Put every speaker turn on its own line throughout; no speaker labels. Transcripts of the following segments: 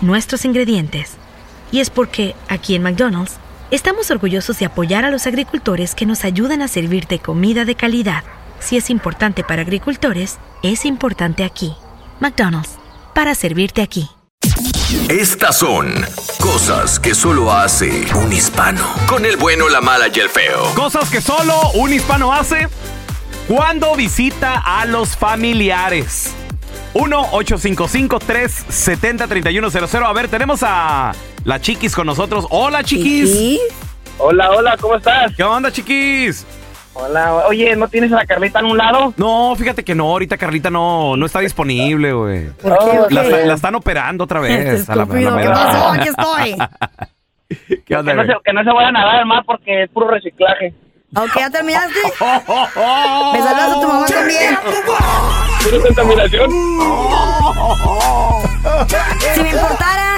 nuestros ingredientes. Y es porque, aquí en McDonald's, estamos orgullosos de apoyar a los agricultores que nos ayudan a servirte comida de calidad. Si es importante para agricultores, es importante aquí. McDonald's, para servirte aquí.
Estas son cosas que solo hace un hispano. Con el bueno, la mala y el feo.
Cosas que solo un hispano hace cuando visita a los familiares. 1-855-370-3100. A ver, tenemos a la Chiquis con nosotros. Hola, Chiquis.
Hola, hola, ¿cómo estás?
¿Qué onda, Chiquis?
Hola, oye, ¿no tienes a la Carlita en un lado?
No, fíjate que no, ahorita Carlita no, no está disponible, güey.
¿Por qué?
Oh,
¿O qué?
La, la están operando otra vez. a la- a la
Estúpido, ¿qué
mera.
pasó? Aquí estoy.
¿Qué onda,
Que no,
güey?
se, que no se vayan a dar más porque es puro reciclaje.
Ok, ¿ya terminaste?
Oh, oh, oh.
Me saludas a tu mamá también.
¿Puro contaminación?
Si me importara,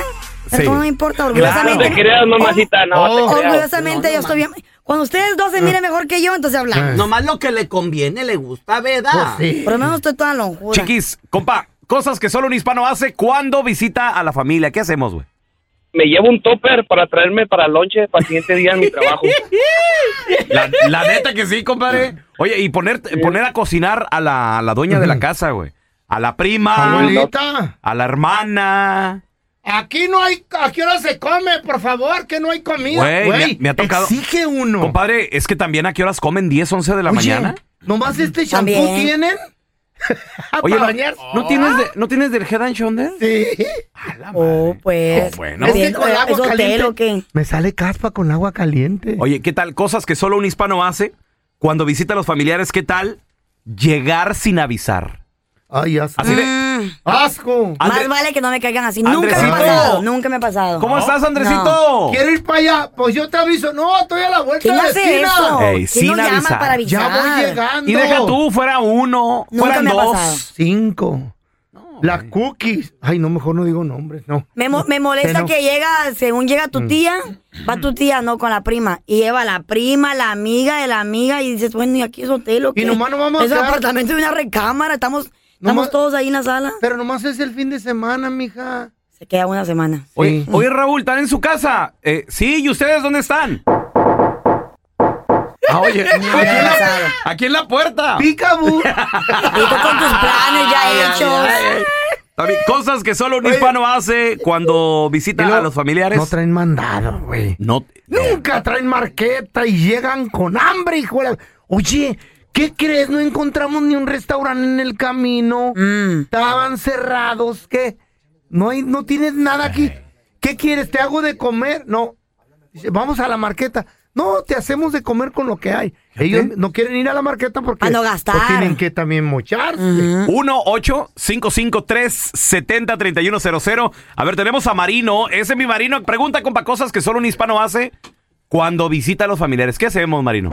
pero
Sí.
como no me importa,
No te
orgullosamente.
creas, mamacita, no
Oh.
te creas.
Orgullosamente yo estoy bien. Cuando ustedes dos se miren mejor que yo, entonces hablamos.
Ah.
Nomás lo que le conviene, le gusta, ¿verdad?
Por lo menos estoy toda lonjura.
Chiquis, compa, cosas que solo un hispano hace cuando visita a la familia. ¿Qué hacemos, güey?
Me llevo un topper para traerme para lonche para el siguiente día en mi trabajo.
La, la neta que sí, compadre. Oye, y poner, poner a cocinar a la, a la dueña de la casa, güey. A la prima,
Abuelita,
a la hermana.
aquí no hay, aquí ahora se come, por favor, que no hay comida.
Güey, me ha- me ha tocado-
Exige uno.
Compadre, es que también a qué horas comen, 10, 11 de la
Oye,
mañana.
¿Nomás este champú
También.
tienen?
Oye, ¿no,
¿Para bañarse?
¿no tienes
Ah.
de, ¿no tienes del head and shoulder?
Sí.
Oh, pues.
Oh, bueno.
bien,
Es que con agua
¿Es hotel
caliente-
o qué?
Me sale caspa con agua caliente.
Oye, ¿qué tal? Cosas que solo un hispano hace cuando visita a los familiares. ¿Qué tal? Llegar sin avisar.
Ay, asco.
Así de... Ah,
Mm,
¡Asco!
Andre-
Más vale que no me caigan así. Nunca
Andresito.
me ha pasado. Nunca me ha pasado.
¿Cómo estás, Andresito?
No.
¿Quiero ir para allá? Pues yo te aviso. No, estoy a la vuelta
¿Quién
de la
hace
esquina.
eso?
Ey, sin
¿Quién no llama
avisar.
para avisar?
Ya voy llegando.
Y deja tú, fuera uno,
Nunca
fueran
me ha pasado.
dos.
Cinco. Las cookies. Ay, no, mejor no digo nombres, no.
Me, mo- me molesta
Pero- Mm.
que llega, según llega tu tía, va tu tía, no, con la prima. Y lleva a la prima, la amiga de la amiga, y dices, bueno, ¿y aquí es hotel o qué?
Y nomás nos vamos a
Es un
quedar-
apartamento de una recámara, estamos,
Nomás-
estamos todos ahí en la sala.
Pero nomás es el fin de semana, mija.
Se queda una semana.
Oye,
Sí.
oye, Raúl, ¿están en su casa? Eh, sí, ¿y ustedes dónde están? Ah, oye, aquí en la, aquí en la puerta.
Picaboo.
Y tú con tus planes ya hechos.
También, cosas que solo un hispano hace cuando visita
Y luego,
a los familiares.
No traen mandado, güey.
No- eh,
Nunca traen marqueta y llegan con hambre, hijo. de la- Oye, ¿qué crees? No encontramos ni un restaurante en el camino.
Mm.
Estaban cerrados, ¿qué? No hay, no tienes nada aquí. ¿Qué quieres? ¿Te hago de comer? No. Dice, Vamos a la marqueta. No, te hacemos de comer con lo que hay. Ellos no quieren ir a la marqueta porque
Pa' no gastar.
pues, tienen que también mocharse.
1-8-553-70-3100. A ver, tenemos a Marino. Ese es mi Marino. Pregunta, compa, cosas que solo un hispano hace cuando visita a los familiares. ¿Qué hacemos, Marino?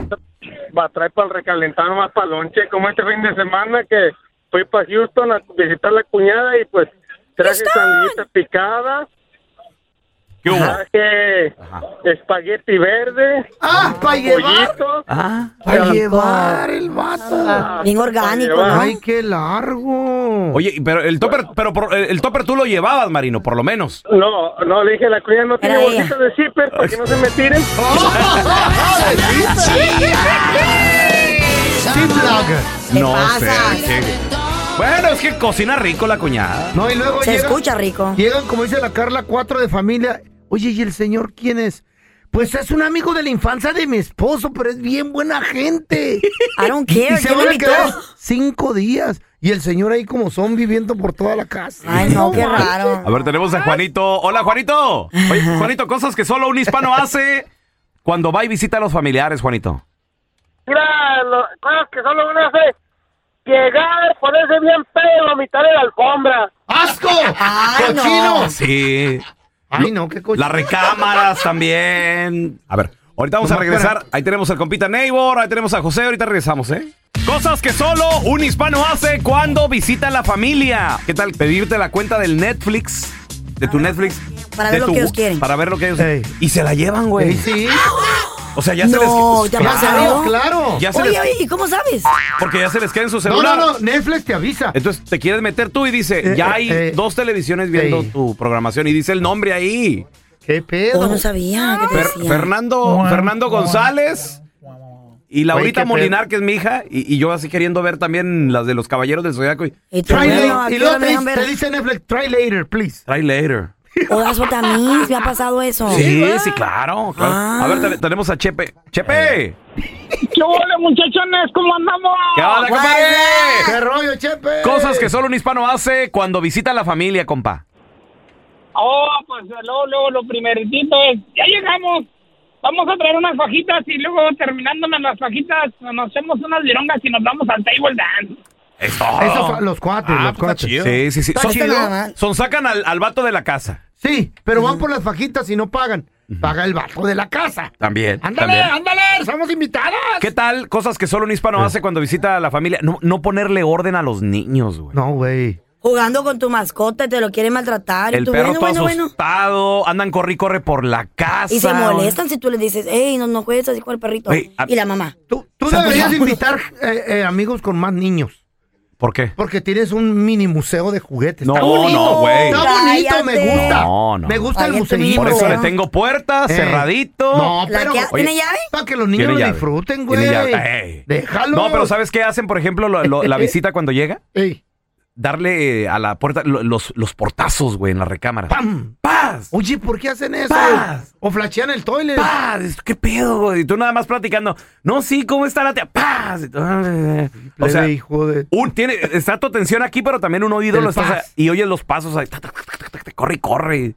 va a traer para el recalentar más para lonche, como este fin de semana que fui para Houston a visitar a la cuñada y pues traje sandillitas picadas
¿Qué hubo?
Traje espagueti verde.
Ah, para llevar.
Ah,
Para llevar el vato.
Bien orgánico,
¿no?
Ay, qué largo.
Oye, pero el topper, pero por- el topper tú lo llevabas, Marino, por lo menos.
No, no, le dije, la cuña no tiene
Era
bolsita de zipper para que no se me tiren.
Sí, plaga.
¿Qué pasa?
Bueno, es que cocina rico la cuñada.
No, y luego
Se
llegan-
escucha rico.
Llegan, como dice la Carla, cuatro de familia. Oye, ¿y el señor quién es? Pues es un amigo de la infancia de mi esposo, pero es bien buena gente.
I don't
Y
care.
se
¿Quién lo
van a
invitó?
quedar cinco días. Y el señor ahí como son viviendo por toda la casa.
Ay, no, qué raro.
A ver, tenemos a Juanito. Hola, Juanito. Oye, Juanito, cosas que solo un hispano hace cuando va y visita a los familiares, Juanito.
Mira, lo- cosas que solo uno hace. Llegar, ponerse bien pedo, vomitar en la alfombra.
¡Asco!
Ay, no.
¡Cochino!
Sí.
Ay, no, qué cochino.
Las recámaras también. A ver, ahorita vamos a
Nomás
regresar. Ahí tenemos al compita Neighbor, ahí tenemos a José, ahorita regresamos, ¿eh? Cosas que solo un hispano hace cuando visita a la familia. ¿Qué tal? Pedirte la cuenta del Netflix, de tu Netflix.
Para
de
ver lo
tu-
que ellos quieren.
Para ver lo que ellos
Ey.
Y se la llevan,
Ey,
güey.
sí.
O sea, ya se les...
No, ya
Claro,
Claro,
pasó.
claro.
Ya se les...
Oye, oye, ¿y cómo sabes?
Ah,
Porque ya se les queda en su
No,
celular.
no, no. Netflix te avisa.
Entonces te quieres meter tú y dice,
Eh,
ya
eh,
hay
eh.
dos televisiones viendo
Ey.
tu programación y dice el nombre ahí.
¿Qué pedo?
Oh, no sabía que te
Fer-
decía.
Fernando, Fernando González y Laurita
Oye, qué
Molinar, que es mi hija, y, y yo así queriendo ver también las de los Caballeros del Zodiaco. y
Y tú,
Try
bueno,
later.
¿a
Y
qué
luego
hora
te
me
dice-
dejan
te
ver?
dicen Netflix, try later, please.
Try later.
O das botanís, me ha pasado eso.
Sí, sí, claro. claro. A ver, te- tenemos a Chepe. ¡Chepe!
¿Qué huele, muchachones? ¿Cómo andamos?
¿Qué
Oh,
onda, compadre?
¡Qué rollo, chepe!
Cosas que solo un hispano hace cuando visita a la familia, compa.
Oh, pues luego, luego lo primerito es, ya llegamos. Vamos a traer unas fajitas y luego terminándonos las fajitas nos hacemos unas lirongas y nos vamos al table dance.
Eso.
Eso fue- los cuates,
Ah,
los
pues, está
cuates.
chido.
Oh. Sí, sí, sí.
Está
Son,
chido.
son- sacan al, al vato de la casa.
Sí, pero van por las fajitas y no pagan. Paga el bajo de la casa.
También.
¡Ándale,
también.
ándale! ¡Somos invitadas!
¿Qué tal cosas que solo un
Eh.
hispano hace cuando visita a la familia? No, no ponerle orden a los niños, güey.
No, güey.
Jugando con tu mascota y te lo quieren maltratar. y
El
tú,
perro
bueno,
todo
bueno, bueno.
asustado, andan corre y corre por la casa.
Y se molestan si tú les dices, hey, no, no juegues así con el perrito.
Oye, a-
Y la mamá.
Tú, tú deberías invitar eh, eh, amigos con más niños.
¿Por qué?
Porque tienes un mini museo de juguetes.
No,
Está bonito,
no, güey.
Está bonito, me
Cállate.
gusta.
No, no.
Me gusta el
Ay, este
museísmo.
Por eso le
no.
tengo puerta,
Eh,
cerradito.
No,
¿La
pero...
que-
oye,
tiene llave?
Para que los niños
Tiene
lo
llave.
disfruten,
Tiene
güey.
llave. Ey.
Déjalo.
No, pero ¿sabes qué hacen, por ejemplo, lo- lo- la visita cuando llega?
Ey,
Darle eh, a la puerta lo- los, los portazos, güey, en la recámara.
¡Pam!
¡Paz!
Oye, ¿por qué hacen eso?
Paz.
O flashean el toilet.
¡Paz! ¿Qué pedo, güey? Y tú nada más platicando. No, sí, ¿cómo está la tía? ¡Paz! Y tú, ah, O sea,
Plebe, hijo de...
Un, tiene, está tu atención aquí, pero también un oído
El
lo estás.
paz.
Y oyes los pasos ahí. ta, ta, ta, ta, ta, ta, corre y corre.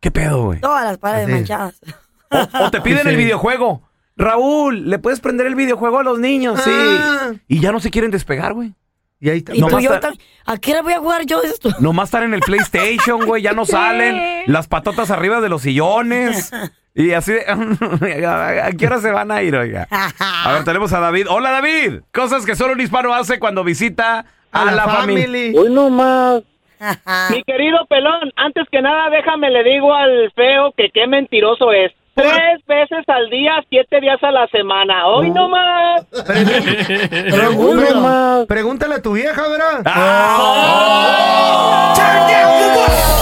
¿Qué pedo, güey?
Todas las paredes
Así es.
manchadas.
O, o te piden
Sí,
el
sí.
videojuego. Raúl, ¿le puedes prender el videojuego a los niños?
Ah.
Sí. Y ya no se quieren despegar, güey.
Y ahí está.
Y
No
tú
más
yo
ta-
también. ¿A qué hora voy a jugar yo esto?
Nomás están en el PlayStation, güey. Ya no salen. Las patotas arriba de los sillones. Y así de- ¿A qué hora se van a ir, oiga? A ver, tenemos a David. Hola, David. Cosas que solo un hispano hace cuando visita a, la, familia.
Hoy nomás. Mi querido pelón, antes que nada déjame le digo al feo que qué mentiroso es. Tres veces al día, siete días a la semana. Hoy nomás.
Ah.
Pregúntale, pregúntale a tu vieja, ¿verdad? Oh.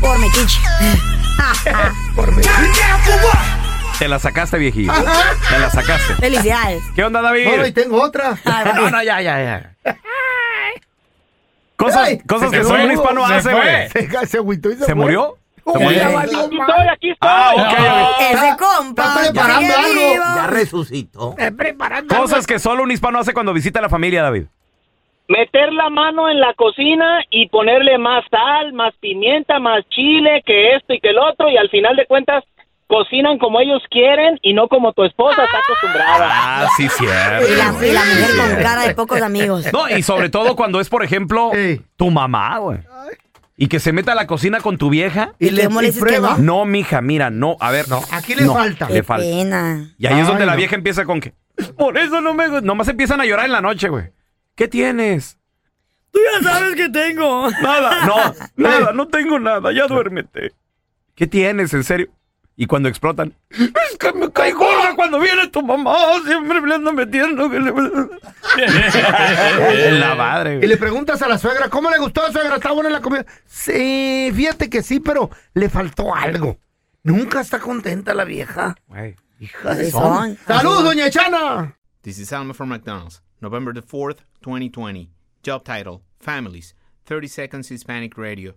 Por metiche.
Te la sacaste, viejillo. Te la sacaste.
Felicidades.
¿Qué onda,
No,
David?
y tengo otra.
No, no, ya, ya, ya. Cosas,
Ay,
cosas
se
que
fue,
solo un hispano
se
hace,
fue.
güey.
Se, se agüitó y se
¿Se
fue.
murió? ¿Se
Uy, ya
murió?
valió
Aquí
madre.
estoy, aquí estoy.
Ah, ok, ok.
Ese compa.
está preparando
sigue
algo.
vivo.
Ya resucitó.
Cosas que solo un hispano hace cuando visita a la familia, David.
Meter la mano en la cocina y ponerle más sal, más pimienta, más chile, que esto y que el otro, y al final de cuentas cocinan como ellos quieren y no como tu esposa está acostumbrada.
Ah, sí, cierto.
Y la, y la
güey,
mujer
sí,
con
cierto.
cara de pocos amigos.
No, y sobre todo cuando es, por ejemplo,
Ey.
tu mamá, güey. Y que se meta a la cocina con tu vieja.
Y,
¿Y
le
qué molestes
y prueba.
que
No, mija, mira, no. A ver, no.
Ah. aquí le
no,
falta.
Le
Qué
falta.
pena.
Y ahí es
Ay,
donde la
no.
vieja empieza con que. Por eso no me. gu-". Nomás empiezan a llorar en la noche, güey. ¿Qué tienes?
Tú ya sabes que tengo.
Nada, no, nada, no tengo nada, ya duérmete. ¿Qué tienes, en serio? Y cuando explotan,
Es que me cae gorda cuando viene tu mamá. Siempre me anda metiendo. que le-
en la madre.
Y le preguntas a la suegra, ¿cómo le gustó, suegra? ¿Está buena la comida? Sí, fíjate que sí, pero le faltó algo. Nunca está contenta la vieja.
Güey.
Hija de son. ¡Salud, doña Chana!
This is Alma from McDonald's, November the 4th, 2020. Job title Families, 30 Seconds Hispanic Radio.